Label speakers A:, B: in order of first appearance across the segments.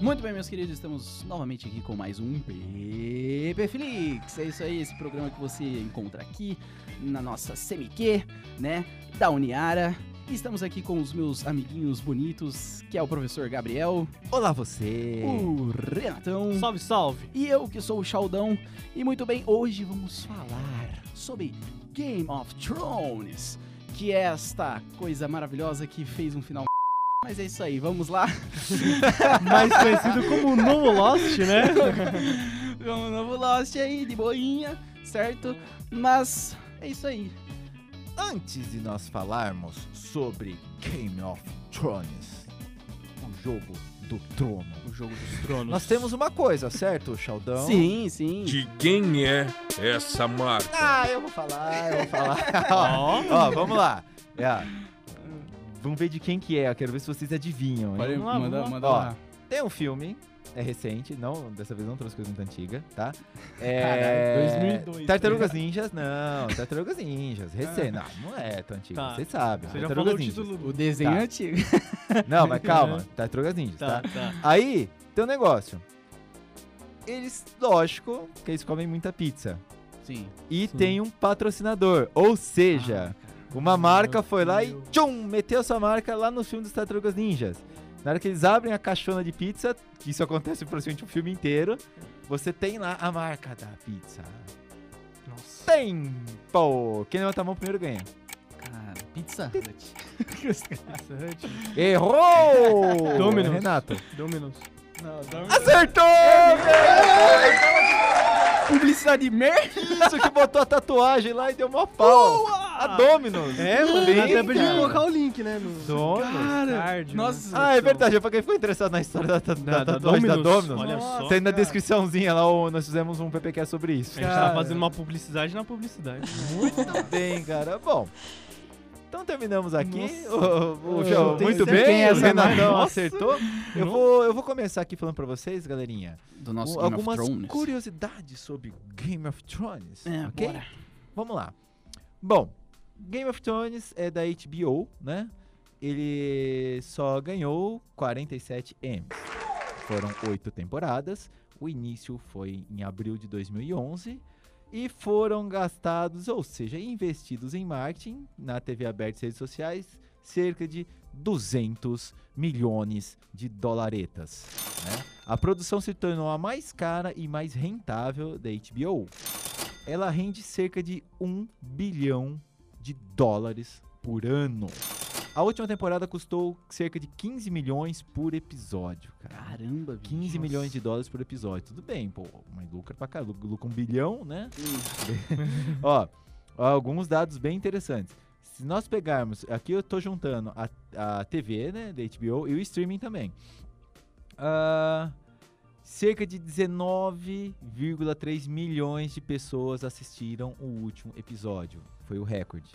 A: Muito bem, meus queridos, estamos novamente aqui com mais um PP Flix. É isso aí, esse programa que você encontra aqui na nossa CMQ, né, da Uniara. E estamos aqui com os meus amiguinhos bonitos, que é o professor Gabriel,
B: Olá você!
A: o Renatão
C: Uh. Salve, salve!
A: e eu que sou o Chaldão. E muito bem, hoje vamos falar sobre Game of Thrones, que é esta coisa maravilhosa que fez um final. Mas é isso aí, vamos lá.
C: Mais conhecido como o novo Lost, né?
A: Vamos novo Lost aí, de boinha, certo? Mas é isso aí.
B: Antes de nós falarmos sobre Game of Thrones, o jogo do trono,
C: O jogo dos tronos.
B: nós temos uma coisa, certo, Chaldão?
A: Sim, sim.
D: De quem é essa marca?
B: Ah, eu vou falar, eu vou falar. ó,
C: Ó,
B: ó, vamos lá. É, ó. vamos ver de quem que é, eu quero ver se vocês adivinham. hein?
C: Vamos lá,
A: manda,
C: vamos
A: manda
B: Ó,
A: lá.
B: Tem um filme, é recente, não, dessa vez não trouxe coisa muito antiga, tá?
C: Caralho,
B: É,
C: 2002,
B: Tartarugas Ninjas, não, Tartarugas Ninjas, recente, não, não é tão antigo,
C: Tá.
B: vocês sabem.
C: você já
B: Tartarugas
C: falou o
B: Ninjas.
C: título.
A: O desenho
B: tá.
A: antigo.
B: Não, mas calma, Tartarugas Ninjas, tá?
C: Tá, tá.
B: Aí, tem um negócio. Eles, lógico, que eles comem muita pizza.
A: Sim.
B: E
C: Sim. Ah,
B: tem um patrocinador, ou seja, uma marca
C: Meu
B: foi lá e
C: Deus.
B: tchum, meteu sua marca lá no filme dos Tartarugas Ninjas. Na hora que eles abrem a caixona de pizza, que isso acontece praticamente o filme inteiro, você tem lá a marca da pizza.
C: Nossa.
B: Tempo! Quem levanta a mão primeiro ganha.
A: Cara, pizza.
C: Interessante.
B: Errou!
C: Dominos.
B: Renato. É
C: Dominus. Não,
A: um
C: Dominus.
B: Acertou!
A: Publicidade de merda.
B: Isso que botou a tatuagem lá e deu mó pau. A Dominos.
C: É, mano,
B: Bem,
C: dá até pra gente
B: cara.
C: colocar o link, né? No...
B: Dominos.
A: Cara,
C: Card,
A: nossa.
B: Ah, é verdade. É pra quem ficou interessado na história da, ta- da
C: Da, da
B: tatuagem da
C: Dominus.
B: Dominos.
C: um Olha só.
B: Tem na
C: cara.
B: descriçãozinha lá, o- nós fizemos um PPQ sobre
C: A
B: isso. Tá
C: gente tá fazendo uma publicidade na publicidade.
B: Muito bem, cara. Bom, então terminamos aqui. O, o,
C: Eu
B: João,
C: tenho
B: muito
C: certeza,
B: bem, o
C: né?
B: Renatão
C: Nossa.
B: acertou. Eu vou, eu vou começar aqui falando pra vocês, galerinha,
A: Do nosso
B: o-
A: Game
B: algumas
A: of Thrones.
B: curiosidades sobre Game of Thrones,
A: É,
B: ok?
A: bora.
B: Vamos lá. Bom, Game of Thrones é da HBO, né? Ele só ganhou 47 Emmys. Foram oito temporadas. O início foi em abril de 2011. E foram gastados, ou seja, investidos em marketing, na TV aberta e redes sociais, cerca de 200 milhões de dolaretas. né? A produção se tornou a mais cara e mais rentável da HBO ela rende cerca de 1 bilhão de dólares por ano. A última temporada custou cerca de 15 milhões por episódio, cara.
A: Caramba, bicho.
B: 15 milhões de dólares por episódio. Tudo bem, pô, mas lucra pra cá, lucra um bilhão, né? Ó, ó, alguns dados bem interessantes. Se nós pegarmos, aqui eu tô juntando a, a TV, né, da HBO e o streaming também. Ah, cerca de 19,3 milhões de pessoas assistiram o último episódio. Foi o recorde.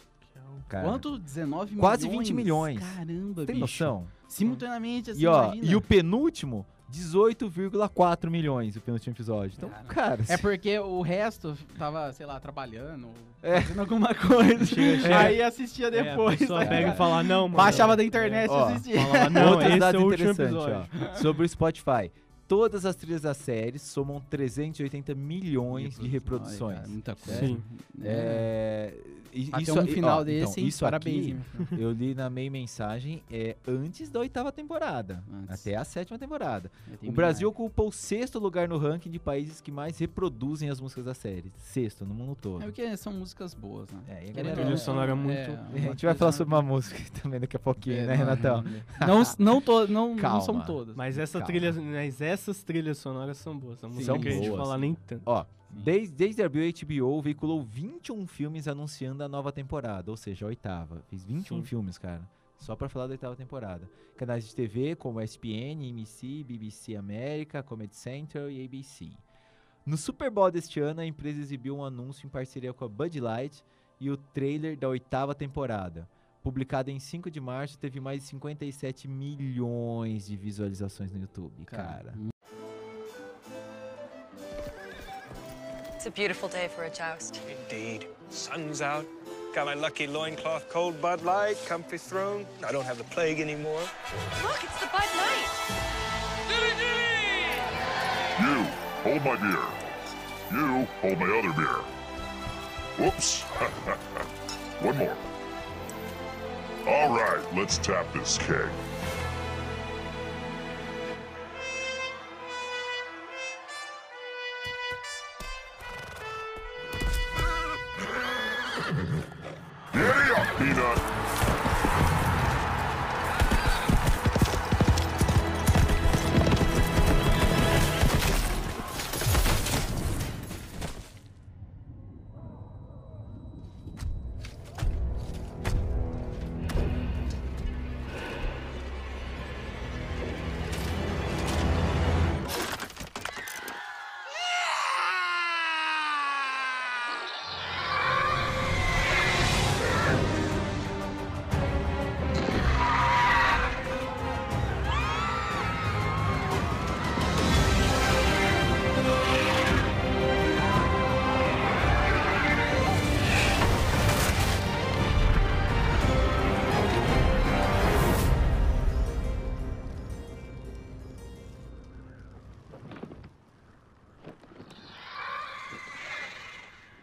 B: Cara,
A: é Quanto? 19
B: Quase
A: milhões?
B: 20 milhões.
A: Caramba,
B: Tem
A: bicho.
B: noção?
A: Simultaneamente, assim,
B: E ó,
A: imagina.
B: e o penúltimo, 18,4 milhões o penúltimo episódio. Então,
A: Cara.
B: cara,
A: É porque o resto tava, sei lá, trabalhando,
B: É.
A: fazendo alguma coisa.
C: Chega, chega.
A: Aí assistia
C: Depois. É, a
A: depois.
C: pessoa
A: né?
C: pega e fala, não, mano.
A: Baixava da internet
B: ó,
A: e assistia.
C: Fala, não,
B: Outros
C: esse é
B: dados
C: o último
B: interessantes,
C: episódio.
B: ó, sobre o Spotify. Todas as trilhas da série somam 380 milhões de
A: Ai,
B: reproduções.
A: cara, muita coisa.
C: Sim.
A: É.
B: É, e-
A: Até
B: isso
A: um
B: aí- ó,
A: final
B: então,
A: desse, hein?
B: isso
A: parabéns.
B: aqui,
A: hein?
B: eu li na meia mensagem é antes da oitava temporada,
A: Antes.
B: até a sétima temporada.
A: é, Tem
B: O
A: muito
B: Brasil ocupa o sexto lugar no ranking de países que mais reproduzem as músicas da série. Sexto no mundo todo.
A: mais. É porque são músicas boas, né? é,
B: É, e a
A: Querendo
B: galera-
A: ou
C: Trilha
A: não,
C: sonora muito-
B: a gente vai falar sobre uma música também daqui a pouquinho, né, Renatão?
A: É, Não, não, to, não, não
B: Calma.
A: são todas.
C: Mas, essa
B: Calma.
C: trilha, mas essas trilhas sonoras são boas. A música
B: São
C: que a gente
B: boas.
C: fala nem tanto.
B: Ó, desde, desde abril a HBO veiculou 21 filmes anunciando a nova temporada, ou seja, a oitava. Fez 21
C: Sim.
B: filmes, cara. Só pra falar da oitava temporada. Canais de TV como ESPN, MC, BBC América, Comedy Central e ABC. No Super Bowl deste ano, a empresa exibiu um anúncio em parceria com a Bud Light e o trailer da oitava temporada. Publicado em 5 de março, teve mais de 57 milhões de visualizações no YouTube, cara.
E: It's a beautiful day for a joust.
F: Indeed. Sun's out. Got my lucky loincloth, cold Bud Light, comfy throne. I don't have the plague anymore.
E: Look, it's the Bud Light.
G: Dilly dilly! You, hold my beer. You, hold my other beer. Whoops. One more. All right, let's tap this keg. Giddy up, Peanut.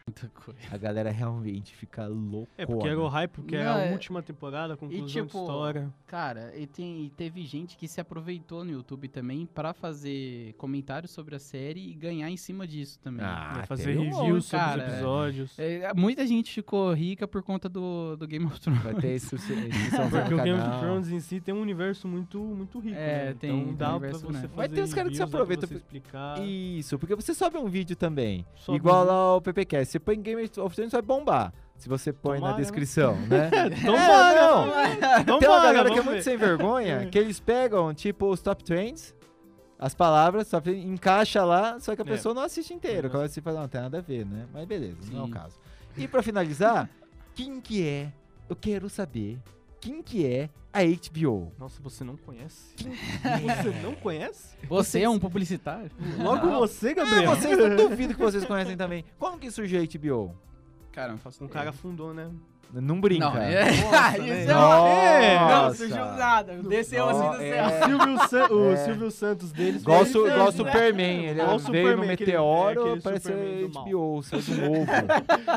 A: Muita coisa.
B: A galera realmente fica louca.
C: É porque era o hype, porque era
A: Não, é-
C: a última temporada, a conclusão de
A: tipo,
C: história.
A: Cara, e, tem, e teve gente que se aproveitou no YouTube também pra fazer comentários sobre a série e ganhar em cima disso também.
B: Ah,
C: Vai fazer
B: teve um
C: reviews
A: monte,
C: sobre
A: cara.
C: os episódios.
A: É, muita gente ficou rica por conta do, do Game of Thrones.
B: Vai ter discussão sobre
C: Porque
B: o
C: o Game of
B: canal.
C: Thrones em si tem um universo muito, muito rico.
A: É,
C: né?
A: tem- tem
C: então dá pra
A: universo,
C: você
A: né?
C: fazer.
B: Mas tem uns caras que se
C: reviews, dá pra
B: aproveitam
C: você
B: pra-
C: explicar.
B: Isso, porque você sobe um vídeo também.
C: tá Sobe
B: Igual
C: um
B: lá o PPCast. Você põe Game of Thrones, vai bombar. Se você põe
C: Tomara,
B: na
C: né?
B: descrição, né?
C: Tomara,
B: não.
C: Vambora,
B: Tem uma é galera que é
C: Então vamos
B: muito
C: ver.
B: sem vergonha, que eles pegam, tipo, os top trends, as palavras, top trends, encaixa lá, só que a
C: É.
B: pessoa não assiste inteiro.
C: Não
B: Ela se fala, não, tem nada a ver, né? Mas beleza, não é o
A: Uhum. Sim.
B: caso. E pra finalizar, quem que é? Eu quero saber quem que é a HBO.
C: Nossa, você não conhece? você não conhece?
A: Você é um publicitário?
C: Logo
A: Não.
C: você,
B: Ah,
C: Gabriel.
B: vocês não duvido que vocês conhecem também. Como que surgiu a HBO?
A: Cara, não faço é.
C: Um cara afundou, né?
B: Não brinca.
A: Não, é... isso
C: Nossa, né?
A: é uma... Não,
B: Nossa. É.
A: surgiu nada. Desceu assim do
B: Nossa,
A: céu.
C: O Silvio, San-
B: É.
C: o Silvio Santos deles.
B: Igual,
C: fez-
B: su,
C: fez,
B: igual
C: né?
B: Superman, ele veio
C: Igual
B: no
C: Superman, aquele- é,
B: meteoro,
C: aquele
B: apareceu
C: Superman do mal.
B: HBO, seu de novo.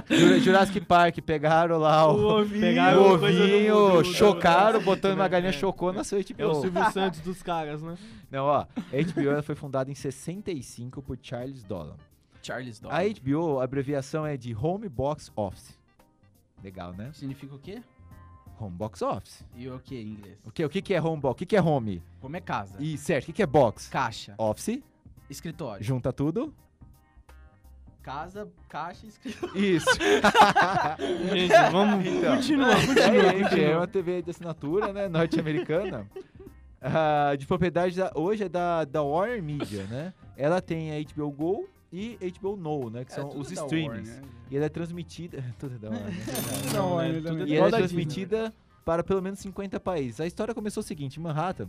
B: Jura- Jurassic Park, pegaram lá
C: O
B: o,
C: ovinho,
B: o
C: pegaram coisa do mundo,
B: ovinho,
C: do-
B: né? chocaram, botando uma
C: É,
B: galinha,
C: é.
B: chocou, nasceu HBO.
C: É o Silvio Santos dos caras, né?
B: Não, ó, a HBO ela foi fundada em 65 por Charles Dolan.
A: Charles Dawson.
B: A HBO, a abreviação é de Home Box Office. Legal, né?
A: Significa o quê?
B: Home Box Office.
A: E o que em inglês?
B: O que, o que, que é home box? O que, que é home?
C: Tá.
A: Como é casa?
B: E certo, o que, que é box?
A: Caixa.
B: Office,
A: Escritório.
B: junta tudo.
A: Casa, caixa, escritório.
B: Isso.
C: Gente, vamos
B: Então.
C: continuar.
B: É, gente, é uma TV de assinatura, né? Norte-americana. Ah, de propriedade da- hoje é da, da Warner Media, né? Ela tem a HBO Go e HBO No, né? Que
A: É
B: são os streamings.
A: né?
B: E ela é transmitida. Tudo é da Warner.
A: Não,
C: né?
A: ainda
C: Tudo
A: não.
B: e
C: é
B: ela é
C: da Disney.
B: transmitida para pelo menos 50 países. A história começou o seguinte: em Manhattan,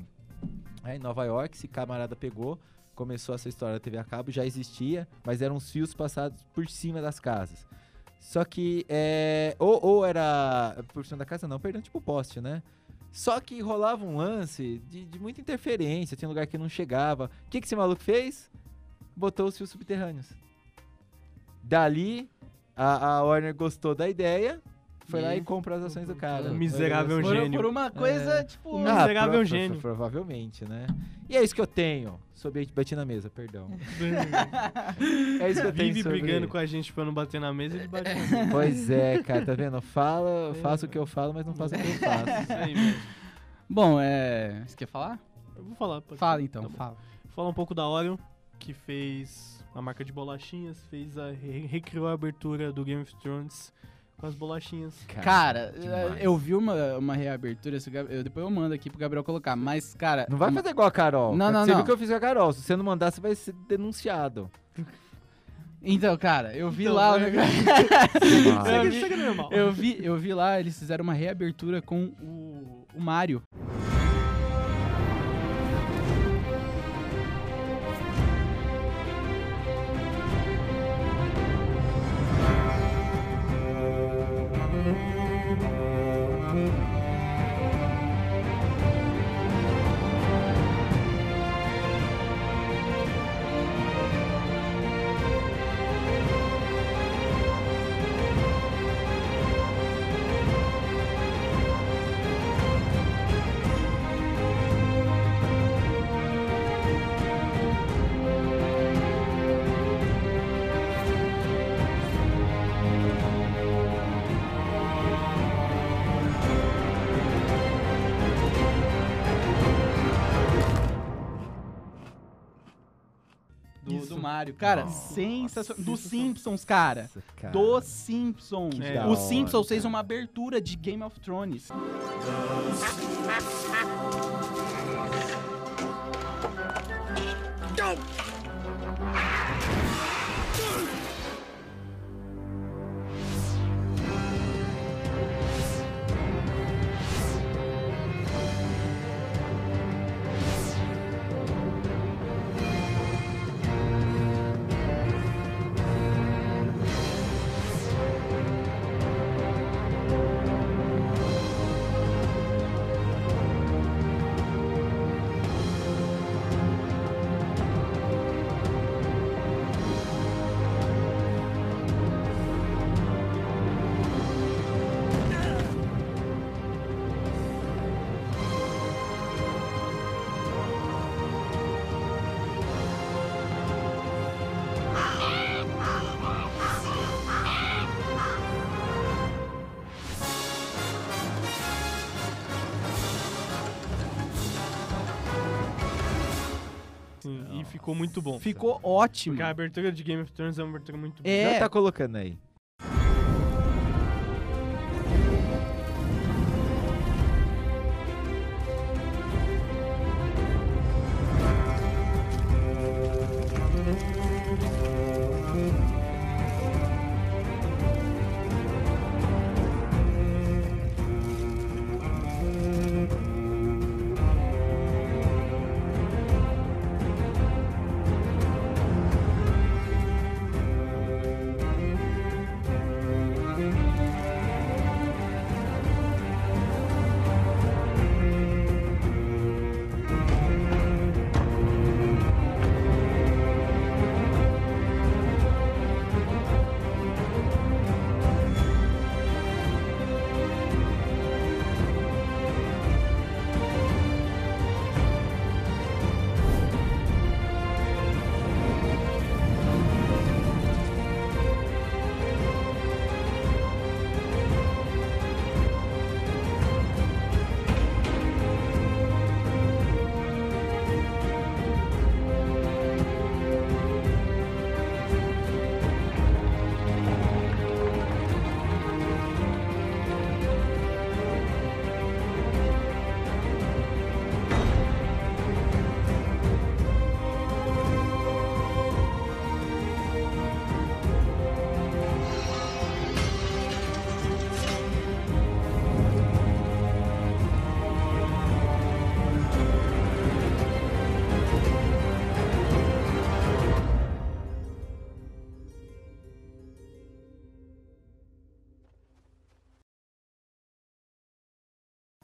B: é, em Nova York, esse camarada pegou, começou essa história da TV a cabo, já existia, mas eram os fios passados por cima das casas. Só que, é, ou, ou era por cima da casa, não, perdão, tipo poste, né? Só que rolava um lance de, de muita interferência, tinha lugar que não chegava. O que, que esse maluco fez? Botou os fios subterrâneos. Dali, a, a Warner gostou da ideia, foi lá
A: E?
B: e comprou as ações do cara.
A: O
C: miserável
B: Foi-
C: um
A: Por,
C: gênio.
A: por uma coisa,
B: É.
A: tipo.
C: O miserável é um gênio.
B: Provavelmente, né? E é isso que eu tenho sobre... Bati na mesa, perdão. É isso que eu tenho
C: Vive
B: sobre...
C: brigando com a gente pra não bater na mesa, ele bate na mesa.
B: Pois é, cara, tá vendo? Eu Falo,
C: É.
B: eu faço o que eu falo, mas não faço o que eu faço.
C: Isso aí, velho.
A: Bom, é. Você quer falar?
C: Eu vou falar. pode
A: Fala
C: ser?
A: então,
C: Tá bom.
A: fala.
C: Falar um pouco da Oreo, que fez a marca de bolachinhas, fez a, re- recriou a abertura do Game of Thrones com as bolachinhas.
A: Cara, é,
B: demais.
A: eu vi uma, uma reabertura, se o Gab- eu, depois eu mando aqui pro Gabriel colocar, mas, cara.
B: Não vai
A: uma-
B: fazer igual a Carol.
A: Não, não,
B: Você
A: não.
B: viu o que eu fiz com a Carol. Se você não mandar, você vai ser denunciado.
A: Então, cara, eu vi
C: Então,
A: lá o
C: vai-
A: negócio.
C: É,
B: Ah.
A: vi-
C: isso aqui é normal.
A: Eu vi, eu vi lá, eles fizeram uma reabertura com o, o Mario. do,
C: Isso.
A: do Mario. Cara,
B: Nossa.
A: sensacional. Dos
C: Isso.
A: Simpsons, cara.
B: Nossa, cara.
A: Dos Simpsons.
C: Que
B: da
A: o
B: hora,
A: Simpsons fez
B: cara.
A: uma abertura de Game of Thrones.
C: Sim, e ficou muito bom.
A: Ficou ótimo.
C: Porque a abertura de Game of Thrones é uma abertura muito boa.
A: É,
B: Já tá colocando aí.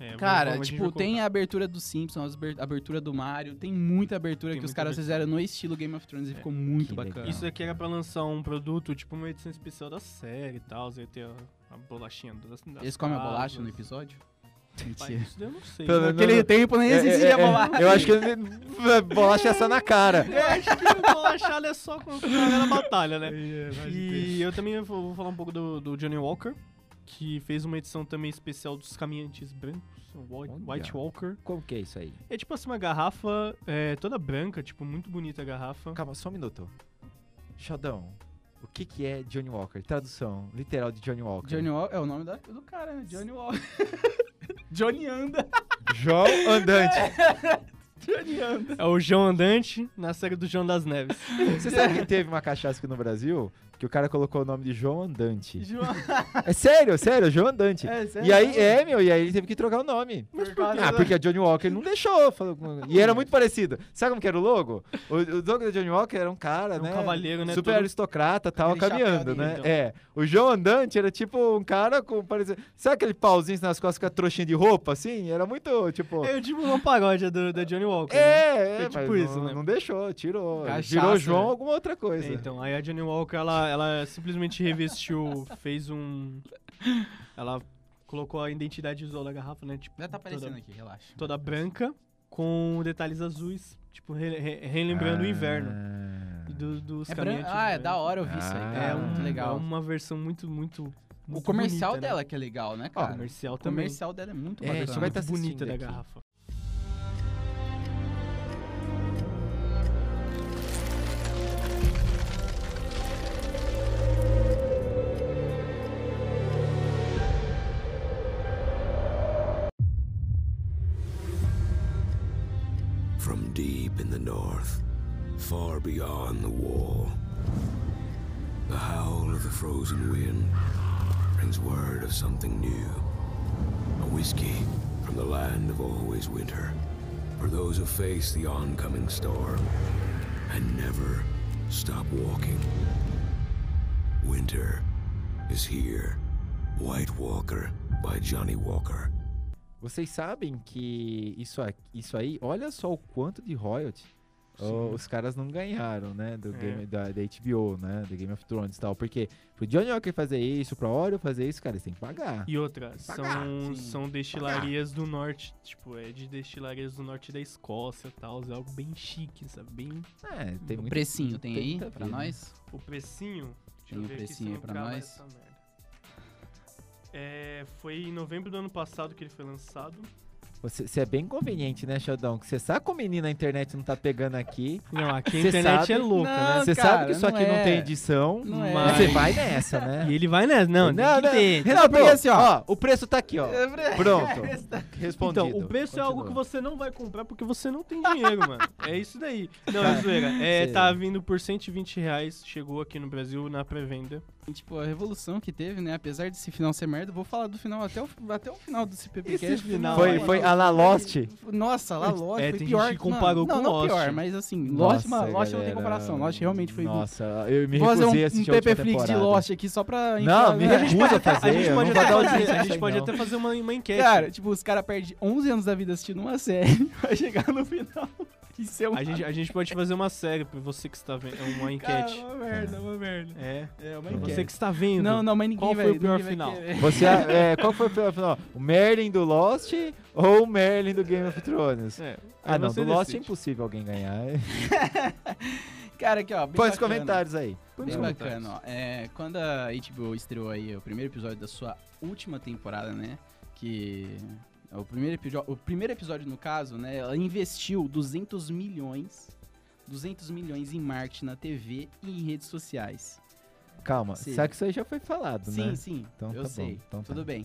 C: É, bom,
A: Cara,
C: como a gente
A: tipo,
C: vai
A: tem a abertura do Simpsons, a abertura do Mario, tem muita abertura
C: Tem
A: que os
C: muita
A: caras
C: abertura.
A: fizeram no estilo Game of Thrones e ficou muito
B: É, que
A: bacana.
B: legal.
C: É. Isso aqui era pra lançar um produto, tipo uma edição especial da série e tal. Você ia ter a, a bolachinha das, das
A: Eles comem a bolacha no
C: casas.
A: episódio?
C: Pai,
A: Mentira.
C: isso daí eu é não sei.
B: Pelo
C: né?
B: menos-
A: Naquele tempo
B: É,
A: nem existia é bolacha.
B: Eu acho que ele- bolacha é só na cara.
C: Eu acho que o bolachado é só com o cara na batalha, né? E eu também vou vou falar um pouco do, do Johnny Walker, que fez uma edição também especial dos caminhantes brancos, o White,
B: Olha.
C: White Walker.
B: Como que é isso aí?
C: É tipo assim, uma garrafa é, toda branca, tipo, muito bonita a garrafa.
B: Calma, só um minuto. Xodão, o que que é Johnny Walker? Tradução literal de Johnny Walker.
A: Johnny Walker é o nome da- do cara, né? Johnny Walker. Johnny anda.
B: João Andante.
A: Johnny anda.
C: É o João Andante na série do João das Neves.
B: Você sabe que teve uma cachaça aqui no Brasil que o cara colocou o nome de João Andante.
A: João.
B: É sério, sério, João Andante.
A: É,
B: E
A: sério.
B: aí, é, meu, e aí ele teve que trocar o nome.
A: Por causa
B: Ah,
A: da-
B: porque a Johnny Walker não deixou. falou com- E era muito parecido. Sabe como que era o logo? O, o logo da Johnny Walker era um cara,
C: Era um
B: né?
C: cavalheiro, né,
B: Super
C: todo-
B: aristocrata, tal,
A: aquele chapéu
B: caminhando,
A: dele,
B: né?
C: então.
B: É. O João Andante era tipo um cara com... Parecia... Sabe aquele pauzinho nas costas com a trouxinha de roupa, assim? Era muito, tipo... É,
C: É tipo uma paródia do, da Johnny Walker. né?
B: é,
C: É
B: mas
C: tipo isso,
B: não,
C: né?
B: não deixou, tirou.
A: Cachaça,
B: Virou João
A: né?
B: alguma outra coisa.
C: É, então, aí a Johnny Walker, ela, ela simplesmente revestiu, fez um... Ela colocou a identidade visual da garrafa, né? Tipo,
A: Já tá aparecendo
C: toda,
A: aqui, relaxa.
C: toda branca, com detalhes azuis, tipo, re- re- relembrando o inverno
B: Ah.
C: e do, dos
A: É branco.
C: caminhantes.
A: Ah, é
C: brancos.
A: da hora eu vi isso aí.
B: Ah,
A: cara,
C: É, um,
A: muito
C: é
A: legal.
C: uma versão muito, muito,
A: O
C: muito
A: comercial
C: bonita, né?
A: dela que é legal, né,
C: O
A: cara?
C: comercial
A: O
C: também.
A: comercial dela é muito
B: É,
A: bacana.
B: isso vai tá
C: muito bonita
B: assistindo
C: da
B: aqui.
C: garrafa.
H: deep in the north, far beyond the wall. The howl of the frozen wind brings word of something new. A whiskey from the land of always winter, for those who face the oncoming storm and never stop walking. Winter is here. White Walker by Johnny Walker.
B: Vocês sabem que isso, a- isso aí, olha só o quanto de royalty o- os caras não ganharam, né? Do
C: É.
B: game, da, da HBO, né? Do Game of Thrones e tal. Porque pro Johnny Walker fazer isso, pra Oreo fazer isso, cara, eles têm que pagar.
C: E outra,
B: Pagar,
C: são,
B: sim,
C: são destilarias do norte, tipo, é de destilarias do norte da Escócia e tal, é algo bem chique, sabe? Bem...
B: É, tem
A: O
B: muito
A: precinho tem aí
B: tenta ver,
A: pra
B: né?
A: nós?
C: O precinho, deixa
A: Tem
C: eu
A: o
C: ver aqui se
A: precinho
C: eu
A: aí pra
C: trava
A: nós?
C: essa merda. É, foi em novembro do ano passado que ele foi lançado.
B: Você, você é bem conveniente, né, Sheldon? Que você sabe que o menino na internet não tá pegando aqui.
C: Não, aqui a
B: Cê
C: internet
B: sabe-
C: é louca,
A: Não,
C: né?
B: Você
A: cara,
B: sabe que isso
A: não
B: aqui não
A: é.
B: tem edição,
A: Não é.
B: mas você
C: Mas-
B: vai nessa, né?
C: E ele vai nessa, não, tem que ter.
B: Renato,
A: porque assim, ó-
B: ó, o preço tá aqui, ó. Pronto. Respondido.
C: Então, o preço é algo que
B: Continua.
C: você não vai comprar porque você não tem dinheiro, mano. É isso daí. Não, é zoeira. É,
B: Sim.
C: tá vindo por 120 reais, chegou aqui no Brasil na pré-venda.
A: E, Tipo, a revolução que teve, né? Apesar desse final ser merda, eu vou falar do final até o, até o final do CPPcast.
C: Esse
A: porque,
C: final
A: mano,
B: Foi, foi a La Lost.
A: Nossa, lá Lost
C: É,
A: foi
C: tem
A: pior.
C: gente que
A: mano,
C: comparou
A: não,
C: com
A: não
C: Lost.
A: pior, mas assim, Lost,
B: Nossa,
A: mano, Lost não tem
B: galera.
A: comparação. Lost realmente foi...
B: Nossa, eu me
A: Vou fazer um,
B: recusei a
A: um
B: assistir a última
A: PP Flix de
B: temporada.
A: Lost aqui só pra... enfiar-
B: Não, me
A: Cara,
B: recusa a fazer.
C: a gente
B: eu
C: pode,
B: não vou
C: até,
B: dar
C: fazer
B: audiência
C: isso, a
B: pra
C: gente
B: isso
C: pode
B: aí, não.
C: até fazer uma, uma enquete.
A: Cara, tipo, os caras perdem 11 anos da vida assistindo uma série pra chegar no final e ser um...
C: a, gente, a gente pode fazer uma série pra você que está vendo. É uma
A: Cara,
C: enquete.
A: uma merda, uma merda.
C: É.
A: É, uma
C: Pra você
A: enquete.
C: que está vendo.
A: Não, não, mas ninguém
C: Qual
A: vai...
C: foi o pior
A: ninguém vai
C: final?
A: querer.
B: Você, é, qual foi o pior final? O Merlin do Lost ou o Merlin do Game of Thrones?
C: É,
B: Ah,
C: aí
B: não,
C: você
B: do Lost é
C: decide.
B: impossível alguém ganhar.
A: Cara, aqui, ó. bem
B: Põe os
A: bacana.
B: comentários aí. Põe os
A: Bem
B: comentários.
A: bacana, ó. É, quando a HBO estreou aí o primeiro episódio da sua última temporada, né? Que. é O primeiro, episódio, o primeiro episódio, no caso, né? Ela investiu 200 milhões. 200 milhões em marketing na TV e em redes sociais.
B: Calma,
A: Sim.
B: será que isso aí já foi falado,
A: sim,
B: né?
A: sim.
B: Então
A: eu
B: tá bom,
A: sei.
B: então tá.
A: Tudo bem.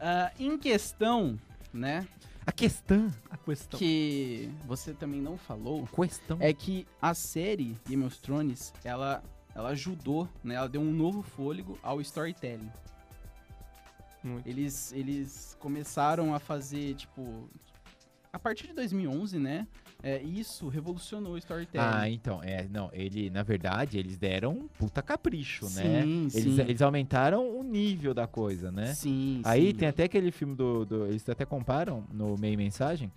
A: Ah, em questão, né?
B: A questão,
C: A questão.
A: Que você também não falou.
B: questão.
A: é que a série Game of Thrones, ela, ela ajudou, né? Ela deu um novo fôlego ao storytelling.
C: Muito.
A: Eles, eles começaram a fazer, tipo... A partir de 2011, né? É, isso revolucionou o
B: Ah,
A: storytelling.
B: então, é, não, ele, na verdade, eles deram um puta capricho, né?
A: Sim,
B: Eles,
A: sim.
B: eles aumentaram o nível da coisa, né?
A: Sim,
B: Aí
A: sim.
B: tem até aquele filme do, do- Eles até comparam no meio mensagem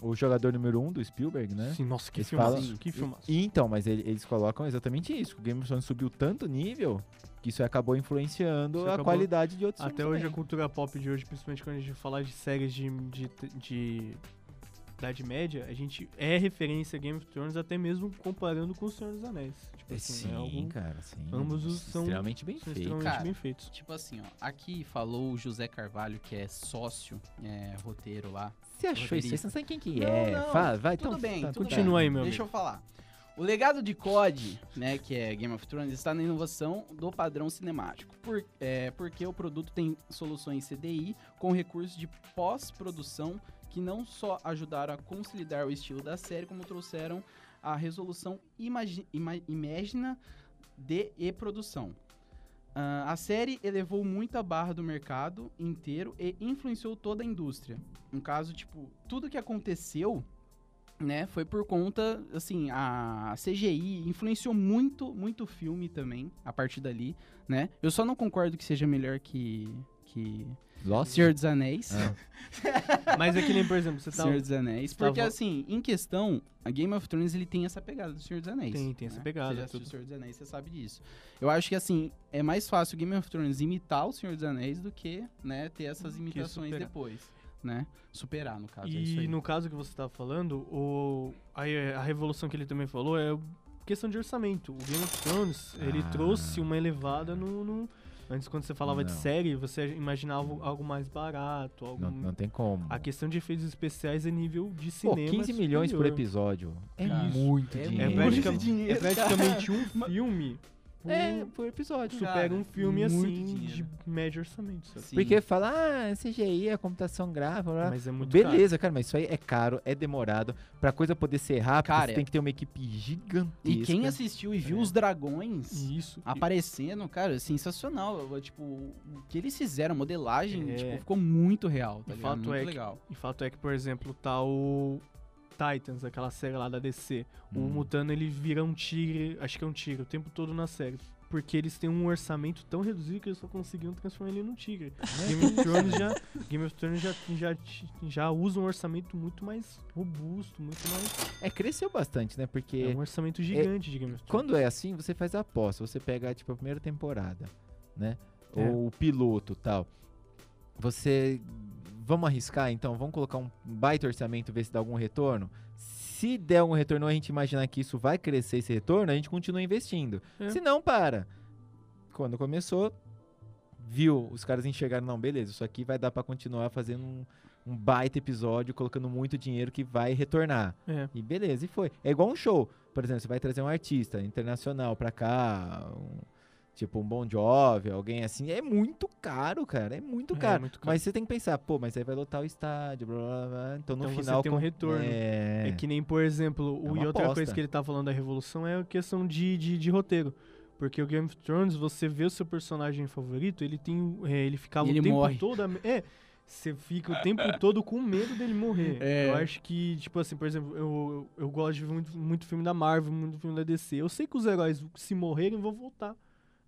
B: o jogador número 1 um do Spielberg, né?
C: Sim, nossa, que
B: Eles
C: filmaço.
B: falam-
C: Que filmaço.
B: E então, mas ele- eles colocam exatamente isso. que O Game of Thrones subiu tanto nível que isso acabou influenciando
C: Isso
B: a
C: acabou-
B: qualidade de outros
C: Até
B: filmes
C: hoje a
B: também.
C: cultura pop de hoje, principalmente quando a gente falar de séries de, de, de Idade Média, a gente é referência a Game of Thrones até mesmo comparando com o Senhor dos Anéis. Tipo
B: É,
C: assim,
B: Sim,
C: é algo
B: cara, sim. é
C: ambos os são-
B: extremamente bem
C: são
B: feito.
C: extremamente
A: Cara,
C: bem feitos.
A: Tipo assim, ó. Aqui falou o José Carvalho, que é sócio, é, roteiro lá.
B: Você achou isso? aí? Você não sabe quem que é.
A: Não, não,
B: Fala, vai,
A: tudo
B: então,
A: bem,
B: tá,
A: tudo
B: cuidado.
C: Continua aí, meu
A: Deixa
C: amigo.
A: eu falar. O legado de COD, né, que é Game of Thrones, está na inovação do padrão cinemático, por- é, porque o produto tem soluções CDI com recursos de pós-produção que não só ajudaram a consolidar o estilo da série, como trouxeram a resolução imagi- ima- imagina de e produção. Ah, a série elevou muito a barra do mercado inteiro e influenciou toda a indústria. No caso, tipo, tudo que aconteceu né, foi por conta, assim, a CGI influenciou muito, muito o filme também, a partir dali, né? Eu só não concordo que seja melhor que, que
B: Lost?
A: Senhor dos Anéis.
C: É.
B: Ah.
C: Mas é que nem, por exemplo, você tá.
A: Senhor dos Anéis.
C: tá
A: Porque,
C: vo-
A: assim, em questão, a Game of Thrones, ele tem essa pegada do Senhor dos Anéis. né.
C: Tem- tem essa pegada,
A: Você já assistiu
C: tudo.
A: o Senhor dos Anéis, você sabe disso. Eu acho que, assim, é mais fácil o Game of Thrones imitar o Senhor dos Anéis do que, né, ter essas imitações
C: superar.
A: depois, né? Superar, no caso, é isso
C: E
A: aí.
C: no caso que você tava falando, o, a, a revolução que ele também falou é questão de orçamento. O Game of Thrones, ele
B: Ah.
C: trouxe uma elevada no. no- Antes, quando você falava de
B: Não.
C: série, você imaginava algo mais barato, algo
B: Não, não tem como.
C: A questão de efeitos especiais é nível de
B: Pô,
C: cinema.
B: 15 milhões por
C: superior.
B: episódio. É
A: Cara,
B: muito
A: é
B: dinheiro.
C: É,
A: muito
C: praticamente,
A: dinheiro,
C: é praticamente um filme por,
B: É, por episódio.
C: Isso pega um filme
B: muito
C: assim de
B: dinheiro.
C: médio orçamento, sabe?
A: Sim.
B: Porque fala, ah, CGI, a computação gráfica, blá, blá.
C: Mas é muito
B: Beleza, cara, mas isso aí é caro, é demorado. Pra coisa poder ser rápida,
A: Cara,
B: você tem que ter uma equipe gigantesca.
A: E quem
C: é-
A: assistiu e viu os dragões
C: caro.
B: Ah,
C: Isso.
A: aparecendo, cara, sensacional. Eu, Tipo, o que eles fizeram, a modelagem,
C: É.
A: tipo, ficou muito real, tá
C: O
A: ligado?
C: fato
A: Muito
C: é que-
A: legal.
C: E fato é que, por exemplo, tá o Titans, aquela série lá da DC. O
B: Hum.
C: Mutano, ele vira um tigre, acho que é um tigre, o tempo todo na série. Porque eles têm um orçamento tão reduzido que eles só conseguiram transformar ele num tigre. Game of Thrones já, Game of Thrones já, já, ti- já usa um orçamento muito mais robusto, muito mais...
B: É, cresceu bastante, né? Porque
C: É um orçamento gigante de Game of Thrones.
B: quando é assim, você faz a aposta. Você pega, tipo, a primeira temporada, né?
C: É.
B: Ou o piloto tal. Você. Vamos arriscar então? Vamos colocar um baita orçamento, ver se dá algum retorno? Se der algum retorno, a gente imaginar que isso vai crescer esse retorno, a gente continua investindo.
C: É.
B: Se não, para. Quando começou, viu, os caras enxergaram, não, beleza, isso aqui vai dar pra continuar fazendo um, um baita episódio, colocando muito dinheiro que vai retornar.
C: É.
B: E beleza, e foi. É igual um show. Por exemplo, você vai trazer um artista internacional pra cá, um- tipo um Bon Jovi, alguém assim. É muito caro, cara. É muito
C: É,
B: caro.
C: muito caro.
B: Mas você tem que pensar, pô, mas aí vai lotar o estádio, blá blá blá. Então no
C: Então você
B: final.
C: tem um
B: com-
C: retorno.
B: É.
C: É que nem, por exemplo,
B: É
C: o,
B: uma
C: e outra coisa
B: aposta.
C: que ele tá falando da revolução é a questão de, de, de roteiro. Porque o Game of Thrones, você vê o seu personagem favorito, ele tem. o- é, ele ficava
A: E ele
C: o tempo
A: morre.
C: todo. am- É, você fica o tempo todo com medo dele morrer.
A: É.
C: Eu acho que, tipo assim, por exemplo, eu, eu gosto de ver muito, muito filme da Marvel, muito filme da DC. Eu sei que os heróis, se morrerem, vão voltar.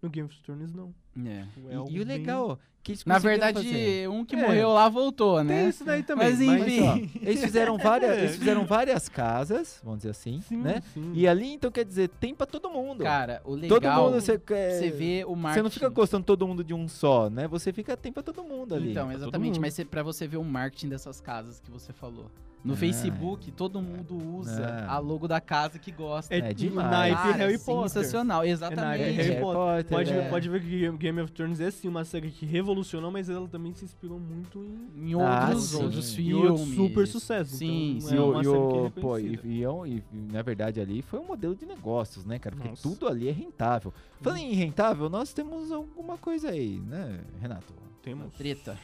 C: No Game of Thrones, não.
A: É.
C: É
B: E-
C: algo
B: E, o
C: bem-
B: legal, que eles
A: Na
B: conseguiram
A: verdade,
B: fazer.
A: um que
C: É.
A: morreu lá voltou,
C: Tem
A: né?
C: isso daí também.
A: Mas
B: Mas,
A: enfim.
B: ó, eles fizeram várias, eles fizeram várias casas, vamos dizer assim,
C: É. Sim,
B: né?
C: sim.
B: E ali, então, quer dizer, tem pra todo mundo.
A: Cara, o legal. é
B: todo mundo você
A: Você vê o marketing.
B: Você não fica gostando todo mundo de um só, né? Você fica tem pra todo mundo ali.
A: Então,
C: pra Tá todo
A: exatamente.
C: mundo.
A: Mas cê, pra você ver o marketing dessas casas que você falou. No
C: É.
B: Ah,
A: Facebook, todo mundo usa
B: Não.
A: a logo da casa que gosta.
C: É,
B: é demais.
C: Naipe
A: Cara,
C: Harry Potter.
A: sensacional,
C: É
A: exatamente.
C: naipe Harry Potter. Pode,
B: é.
C: pode ver que Game of Thrones é sim uma série que revolucionou, mas ela também se inspirou muito em,
A: Em
B: Ah,
A: outros,
B: sim.
A: outros
C: em
A: filmes.
C: outros super sucesso.
A: Sim,
C: então,
A: sim.
B: E
C: É
B: o-
C: uma
B: e
C: série
B: o-
C: que é
B: pô, e,
C: reconhecida.
B: e, é um- e- e, na verdade ali foi um modelo de negócios, né, cara? Porque
C: Nossa.
B: tudo ali é rentável. Falando em rentável, nós temos alguma coisa aí, né, Renato?
C: Temos.
A: Treta.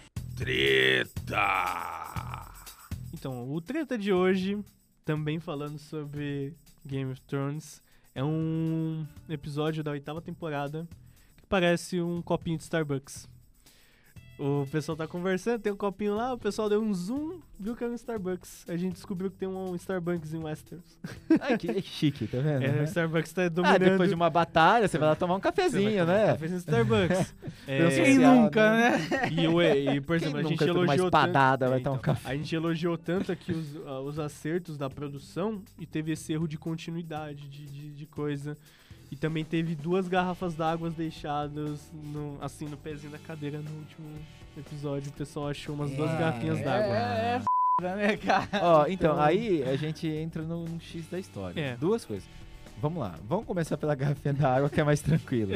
D: Treta!
C: Então, o treta de hoje, também falando sobre Game of Thrones, é um episódio da oitava temporada que parece um copinho de Starbucks. O pessoal tá conversando, tem um copinho lá, o pessoal deu um zoom, viu que era um Starbucks. A gente descobriu que tem um Starbucks em Westeros.
B: Ai, que, que chique, tá vendo?
C: É, o
B: né?
C: Starbucks tá
B: Ah,
C: dominando.
B: depois de uma batalha, você vai lá tomar um
C: Você vai
B: cafezinho,
C: tomar
B: né?
C: Café sem Starbucks. É,
B: Tem um
A: Quem
B: Social,
A: nunca, né?
C: E, o- e, por exemplo, a
B: nunca
C: gente
B: toma
C: elogiou
B: uma espadada,
C: tanto,
B: vai
C: É,
B: tomar um café.
C: A gente elogiou tanto aqui os, ah, os acertos da produção e teve esse erro de continuidade de, de, de coisa. E também teve duas garrafas d'água deixadas no- assim no pezinho da cadeira no último episódio. O pessoal achou umas duas garrafinhas d'água.
A: É, é, é foda, né, cara?
B: Ó, então, aí a gente entra no, no X da história.
C: É.
B: Duas coisas. Vamos lá, vamos começar pela garrafinha da água, que é mais tranquilo.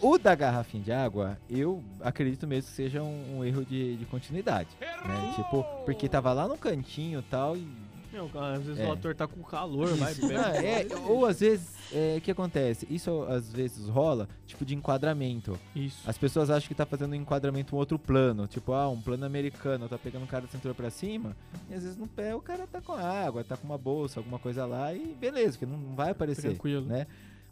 B: O da garrafinha de água, eu acredito mesmo que seja um, um erro de, de continuidade. né? Tipo, porque tava lá no cantinho e tal, e
C: Não, cara, às vezes
B: É.
C: o ator tá com calor, vai,
B: Isso,
C: pega.
B: ah, é, ou às vezes, é, o que acontece? Isso às vezes rola, tipo, de enquadramento.
C: Isso.
B: As pessoas acham que tá fazendo um enquadramento em outro plano. Tipo, ah, um plano americano, tá pegando o cara da cintura pra cima, e às vezes no pé o cara tá com água, tá com uma bolsa, alguma coisa lá, e beleza, que não, não vai aparecer.
C: Tranquilo.
B: né?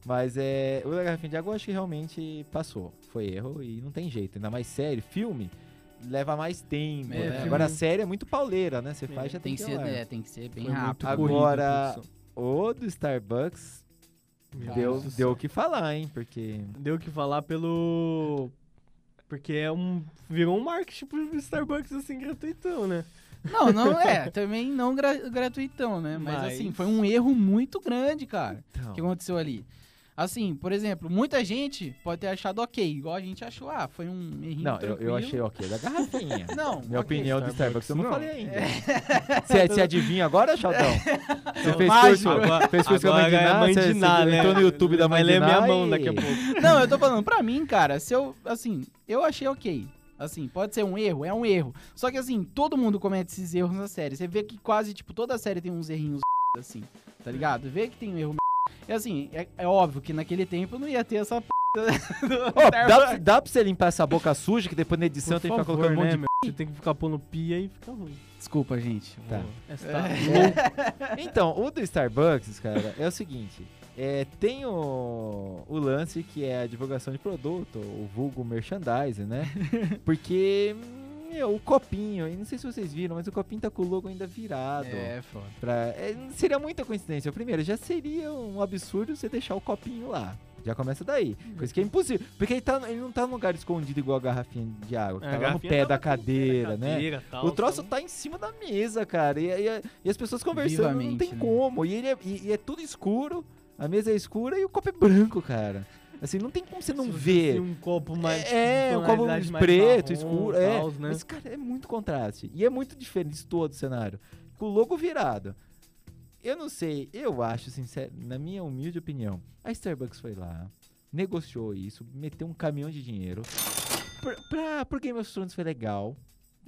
B: Mas é. O da garrafinha de água eu acho que realmente passou. Foi erro e não tem jeito. Ainda mais série, filme. Leva mais tempo,
A: É,
B: né?
A: filme-
B: Agora a série é muito pauleira, né? Você faz já
A: Tem que ser,
B: ir ao ar.
A: é, tem que ser bem
C: Foi muito
A: rápido.
B: Assim,
C: corrida a
B: ah, Agora-
C: produção.
B: O do Starbucks Deu,
C: Meu Deus do
B: deu o que falar, hein? Porque.
C: Deu o que falar pelo. Porque é um. Virou um marketing pro Starbucks assim, gratuitão, né?
A: Não, não é. Também não gra- gratuitão, né? Mas,
C: Mas-
A: assim, foi um erro muito grande, cara,
B: Então,
A: que aconteceu ali. Assim, por exemplo, muita gente pode ter achado ok, igual a gente achou. Ah, foi um errinho
B: não, eu, eu
A: tranquilo.
B: achei ok é da garrafinha.
A: Não, ok.
B: Minha opinião do Starbucks
C: Starbucks
B: eu não,
C: não. É.
B: falei ainda. Você você adivinha agora, Chaldão? Você fez
A: Mágico.
B: curso,
C: Então, Agora-
B: fez curso
C: agora
B: com a mãe de
C: é
B: Ná,
C: mãe
B: você-
C: de
B: você
C: Ná, né?
B: entrou no YouTube da mãe
C: Vai
B: de
C: ler minha
B: Ná
C: mão
B: e-
C: daqui a pouco.
A: Não, eu tô falando, pra mim, cara, se eu, assim, eu achei ok. Assim, pode ser um erro, é um erro. Só que, assim, todo mundo comete esses erros na série. Você vê que quase, tipo, toda série tem uns errinhos assim, tá ligado? Vê que tem um erro. É assim, é, é óbvio que naquele tempo não ia ter essa p
B: Ó, dá, dá pra você limpar essa boca suja, que depois na edição tem que ficar colocando um monte de
C: né, meu? Você tem que ficar pondo pia e fica ruim.
A: Desculpa, gente.
B: Tá.
C: Essa tá
B: Então, o do Starbucks, cara, é o seguinte. é, tem o, o lance que é a divulgação de produto, o vulgo merchandising, né? Porque meu, o copinho, e não sei se vocês viram, mas o copinho tá com o logo ainda virado.
A: foda.
B: pra- é, seria muita coincidência. Primeiro, já seria um absurdo você deixar o copinho lá. Já começa daí.
C: Uhum.
B: Coisa que é impossível. Porque ele, tá, ele não tá num lugar escondido igual a garrafinha de água. Que
C: É, a
B: tá lá no
C: garrafinha
B: pé
C: tá
B: da
C: no pé da
B: cadeira, né?
C: cadeira, tal,
B: O troço
C: então-
B: tá em cima da mesa, cara. E, e- e as pessoas conversando, não
A: Vivamente,
B: tem
A: né?
B: como. E, ele é, e- e é tudo escuro, a mesa é escura e o copo é branco, cara. Assim, não tem como você não
C: Se
B: ver.
C: fosse Um copo mais.
B: É, é, um copo
C: tonalidade mais
B: preto,
C: marrom,
B: escuro. É.
C: tals, né?
B: Mas, cara, é muito contraste. E é muito diferente de todo o cenário. Com o logo virado. Eu não sei, eu acho, sincero, na minha humilde opinião, a Starbucks foi lá, negociou isso, meteu um caminhão de dinheiro. Pra, pra, pro Game of Thrones foi legal.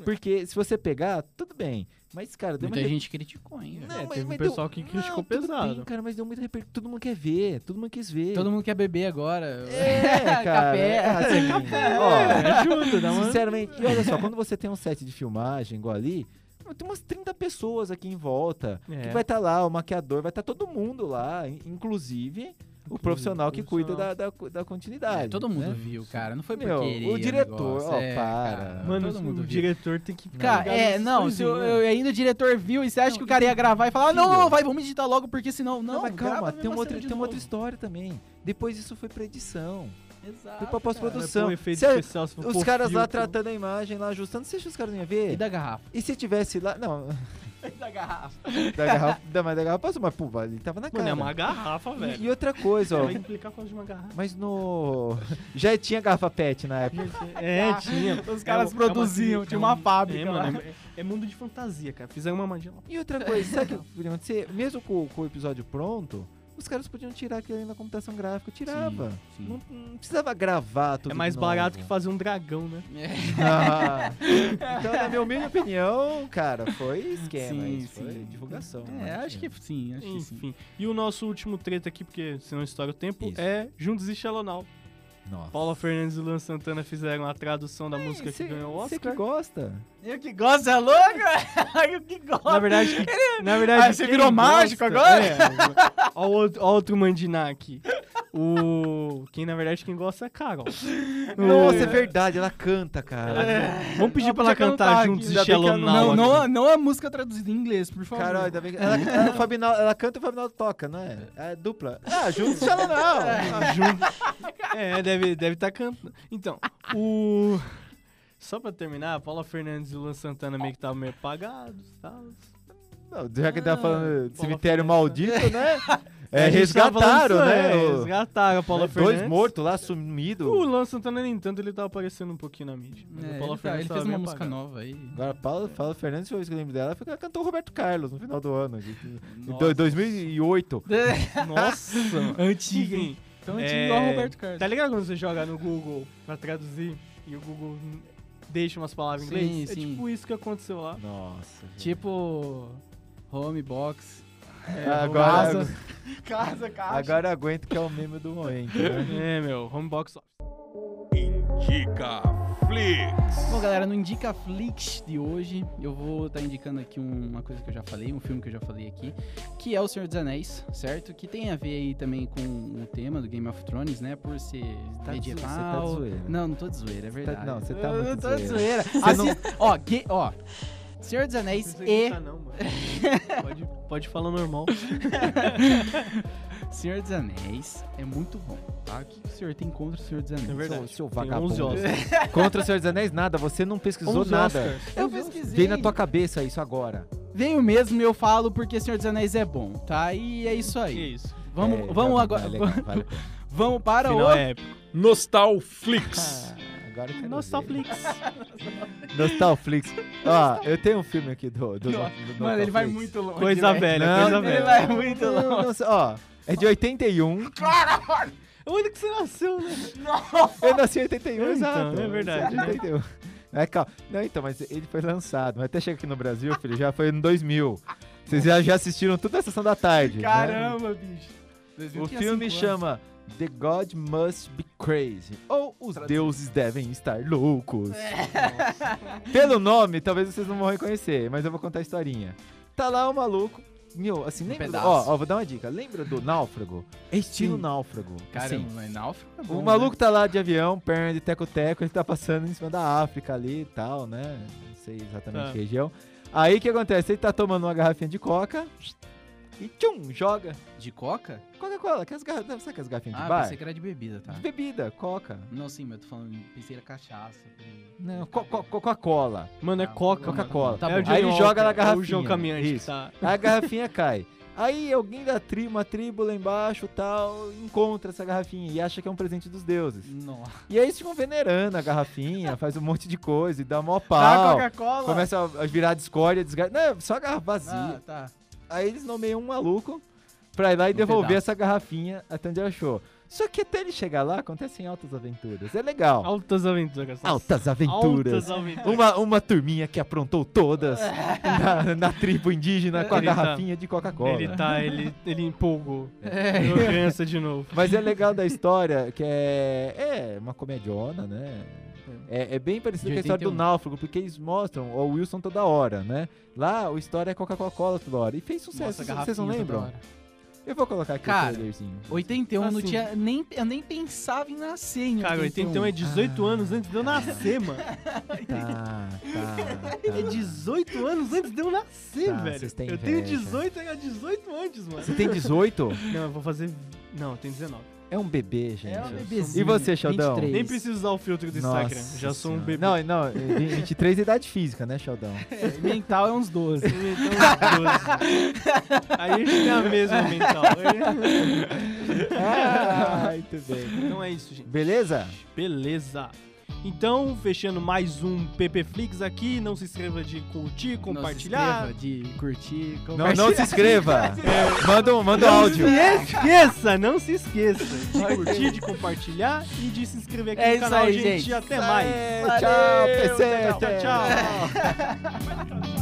B: Porque se você pegar, tudo bem. Mas, cara, deu
A: Muita
B: uma re-
A: gente criticou, hein? velho?
C: É, teve um pessoal que criticou
B: tudo
C: pesado.
B: Bem, cara, mas deu muito repercussão. Todo mundo quer ver, todo mundo quis ver.
A: Todo mundo quer beber agora.
B: É, cara.
A: Café.
B: assim, ó,
C: É, ajuda, dá uma.
B: Sinceramente, e olha só, quando você tem um set de filmagem igual ali, mano, tem umas 30 pessoas aqui em volta. Que
C: É.
B: vai estar lá, o maquiador, vai estar todo mundo lá, in- inclusive o profissional que cuida da,
C: profissional.
B: da, cu- da continuidade.
A: É, todo mundo
B: né?
A: viu, cara. Não foi por
B: Meu, o
A: querer.
B: diretor,
A: negócio,
B: ó,
A: é,
B: para.
A: cara,
C: Mano,
A: todo mundo
C: o
A: viu.
C: diretor tem que.
A: Cara,
C: ligar
A: é,
C: nas
A: não, se eu,
C: coisinhas.
A: eu- ainda o diretor viu e você acha que o cara ia gravar e falar, não,
B: filho.
A: não, vai, vamos editar logo, porque senão. Não,
B: Não, mas calma,
A: grava
B: tem, uma
A: mesmo
B: outra,
A: assim de
B: tem uma outra
A: novo.
B: história também. Depois isso foi pra edição, foi pra
A: Exato.
C: Vai pôr
B: pós-produção.
C: um efeito
B: Se a-
C: especial, se for
B: Os
C: pôr
B: caras lá
C: filtro.
B: tratando a imagem, lá ajustando, você acha que os caras não iam
A: E
B: ver?
A: da garrafa?
B: E se tivesse lá. Não,
A: E da garrafa.
B: da garrafa, da, mas da garrafa passou, mas pô, ele tava na
C: Mano,
B: cara.
C: é uma É garrafa,
B: E-
C: velho.
B: e outra coisa, ó.
C: Vai implicar com a de uma garrafa.
B: Mas no. Já tinha garrafa pet na época.
C: É, tinha.
A: Os caras produziam, tinha uma fábrica
C: É,
A: lá.
C: mano, é, é mundo de fantasia, cara. Fizeram uma magia lá.
B: E outra coisa, sabe o que podia acontecer? Mesmo com, com o episódio pronto, os caras podiam tirar aquilo ali na computação gráfica. Tirava.
A: sim.
B: Não, não precisava gravar tudo.
C: É mais
B: de novo.
C: barato que fazer um dragão, né?
B: Ah, então, na minha humilde opinião, cara, foi esquema.
A: Sim,
B: isso foi
A: sim.
B: divulgação.
A: É,
B: marketing.
A: acho que sim, acho que sim.
C: Enfim. E o nosso último treta aqui, porque senão estoura o tempo,
B: Isso.
C: é Juntos e Shalonal.
B: Nossa.
C: Paula Fernandes e Luan Santana fizeram a tradução da música que ganhou o
B: Você que
C: Oscar.
B: gosta.
A: Eu que gosto, é louco? Eu que gosto.
C: Na verdade, na verdade
A: Ah, você
C: quem
A: virou mágico agora?
C: É, ó, o outro, ó outro mandiná aqui. O... Quem, na verdade, quem gosta é a Carol.
B: Nossa, é verdade, ela canta, cara.
A: É.
C: Vamos pedir
A: Não,
C: pra ela
A: porque eu não
C: cantar
A: tava
C: Juntos
A: aqui.
C: e
B: Ainda bem que ela
A: Não,
C: Shalom Now.
A: não,
C: aqui.
A: a- não a música traduzida em inglês, por favor.
B: Carol, ainda bem que. Ela, ela, o Fabinal- ela canta e o Fabinal toca, não é? É dupla. Ah, juntos ela não.
C: Junto- É, deve estar deve tá cantando. Então, o. Só pra terminar, a Paula Fernandes e o Luan Santana meio que estavam meio apagados e tal.
B: Não, já que ele tava
A: Ah,
B: falando de
C: Paula
B: cemitério
C: Fernandes.
B: maldito, né? É,
C: A gente tava
B: resgataram,
C: falando
B: né?
C: isso, é,
B: o-
C: resgataram a Paula Fernandes.
B: dois mortos lá,
C: O
B: sumido.
C: Luan Santana, nem tanto, ele tava aparecendo um pouquinho na mídia. Mas
A: É,
C: a Paula
A: ele, tá-
C: Fernandes
A: ele
C: tava
A: fez uma
C: meio
A: música
C: apagada.
A: nova aí.
B: Agora, Paula, Paula Fernandes, foi isso que eu lembro dela, foi que ela cantou Roberto Carlos no final do ano. de- Em do-
A: Nossa.
B: 2008.
C: Nossa! mano.
A: Antiga, hein?
C: Enfim,
A: Então
C: É,
A: antigo igual o Roberto Carlos.
C: tá ligado quando você joga no Google pra traduzir e o Google deixa umas palavras em
A: Sim,
C: inglês? É
A: sim.
C: tipo isso que aconteceu lá.
B: Nossa. gente.
A: Tipo. Home box.
B: É, agora,
A: Casa. Casa, casa.
B: agora aguento que é o meme do momento. né?
C: É, meu, Homebox Office.
D: Indica Flix.
A: Bom, galera, no Indica Flix de hoje, eu vou estar indicando aqui um- uma coisa que eu já falei, um filme que eu já falei aqui, que é O Senhor dos Anéis, certo? Que tem a ver aí também com o tema do Game of Thrones, né? Por ser
B: tá de zo- você tá de
A: medieval.
B: zoeira.
A: Não, não tô de zoeira, é
B: tá-
A: verdade.
B: não, você tá
A: Eu
B: muito
A: tô de
B: zoeira.
A: zoeira.
B: não-
A: Assista, ó, que- ó, Senhor dos Anéis e
C: tá, não,
B: é.
C: mano. pode, pode falar normal.
A: Senhor dos Anéis é muito bom, tá? O que que o senhor tem contra o Senhor dos Anéis?
C: É verdade.
B: Seu, seu
C: Tem
B: vagabundo.
C: 11 Oscars.
B: Contra o Senhor dos Anéis, nada. Você não pesquisou
C: 11
B: nada.
C: Oscars.
A: Eu pesquisei.
B: Vem na tua cabeça isso agora.
A: Veio mesmo eu falo porque Senhor dos Anéis é bom, tá? E é isso
C: Que
A: aí.
C: isso.
A: Vamos,
B: É,
A: vamos
B: tá-
A: agora.
B: é legal, vale a pena.
A: Vamos para
C: Final
A: o.
C: é épico.
D: Nostal Flix.
B: Ah, agora eu quero ver.
C: Nostalflix.
B: Nostalflix. Ó, eu tenho um filme aqui do. do, do
A: Mano, ele vai
B: Nostalflix.
A: muito longe.
C: Coisa
A: velho.
C: velha,
B: Não,
C: coisa
B: não,
A: Ele
C: velha.
A: vai muito
B: Não,
A: longe.
B: não, não, ó, é de 81.
C: É Onde que você nasceu, né?
B: Eu nasci em 81,
C: Então,
B: exato.
C: é verdade,
B: Eu nasci
C: né?
B: em 81. É, calma. Não, então, mas ele foi lançado. Mas até chegar aqui no Brasil, filho, já foi em 2000. Vocês já, já assistiram toda a sessão da tarde. né?
A: Caramba, bicho.
B: O
A: 2015
B: filme
A: é anos.
B: chama The God Must Be Crazy ou Os Deuses Devem Estar Loucos. Pelo nome, talvez vocês não vão reconhecer, mas eu vou contar a historinha. Tá lá o maluco, meu, assim, lembra. do-
A: pedaço.
B: Ó, ó, vou dar uma dica. Lembra do Náufrago? É estilo
A: Sim.
B: Náufrago. assim.
A: Caramba, é náufrago. é bom,
B: O
A: né?
B: maluco tá lá de avião, perna de teco-teco, ele tá passando em cima da África ali e tal, né? Não sei exatamente
A: Ah.
C: Tá.
B: que região. Aí o que acontece? Ele tá tomando uma garrafinha de coca e tchum, joga.
A: De coca?
B: Coca-Cola, aquelas garra- sabe aquelas garrafinhas de
A: Ah,
B: bar?
A: pensei que era de bebida, tá?
B: De bebida, coca.
A: Não, sim, mas eu tô falando, pensei era cachaça.
B: Não, co- co- Coca-Cola.
C: Mano, é
A: Ah,
C: Coca. mano.
B: Coca-Cola.
A: Tá
C: é
A: bom.
C: o Johnny
B: Aí ele joga na
C: Walker, É o João
B: garrafinha.
C: Caminhante.
B: Isso.
C: Tá.
B: A garrafinha cai. Aí alguém da tribo, uma tribo lá embaixo tal, encontra essa garrafinha e acha que é um presente dos deuses.
A: Nossa.
B: E aí eles ficam venerando a garrafinha, faz um monte de coisa e dá mó
C: Tá,
A: Ah,
B: pau.
C: Coca-Cola.
B: Começa assim. a a virar discórdia, desgraça. Não, só garrafa vazia.
A: Ah, tá.
B: Aí eles nomeiam um maluco pra ir lá e
A: Um
B: devolver
A: pedaço.
B: essa garrafinha até onde achou. Só que até ele chegar lá, acontecem altas aventuras. É legal.
C: Altas aventuras.
B: Altas aventuras.
C: Altas aventuras.
B: Uma, uma turminha que aprontou todas na, na tribo indígena com a
C: Ele tá-
B: garrafinha de
C: Ele
B: Coca-Cola.
C: tá, ele, ele empolgou.
B: É.
C: Criança de novo.
B: Mas é legal da história que é, é uma comediona, né? É, é bem parecido
A: De
B: com a história do
A: 81.
B: Náufrago, porque eles mostram o Wilson toda hora, né? Lá, a história é Coca-Cola toda hora. E fez sucesso,
A: Nossa,
B: vocês não
A: garrafinha toda
B: lembram?
A: hora.
B: Eu vou colocar aqui
A: Cara,
B: o trailerzinho.
A: 81, não
C: Assim.
A: tinha, nem, eu nem pensava em nascer em um.
C: Cara, 81 é 18
B: Ah.
C: anos antes de eu nascer, mano.
B: Tá, tá,
C: É 18 anos antes de eu nascer,
B: Tá,
C: velho.
B: vocês têm
C: eu tenho
B: inveja.
C: 18, era 18 antes, mano.
B: Você tem 18?
C: Não, eu vou fazer. Não, eu tenho 19.
B: É um bebê, gente.
A: É um
B: E
A: bebezinho.
B: você, Sheldão?
A: 23.
C: Nem preciso usar o filtro do
B: Nossa
C: Instagram. Já sou um
B: Senhora.
C: bebê.
B: Não, não, é 23 é idade física, né, Sheldão?
A: É, mental é uns 12.
C: Então, 12. Aí a gente tem a mesma mental.
B: Ah, muito bem.
C: Então é isso, gente.
B: Beleza?
C: Beleza. Então, fechando mais um PP Flix aqui. Não se inscreva de curtir, compartilhar.
A: Não se inscreva de curtir,
B: Não, não se
A: compartilhar.
B: inscreva.
C: É.
B: Manda um, manda um áudio.
C: esqueça, não se esqueça de curtir, de compartilhar e de se inscrever aqui
A: É
C: no
A: isso
C: canal,
A: aí,
C: gente.
A: gente.
C: Até mais.
B: É, Tchau, PC.
C: Tchau, tchau.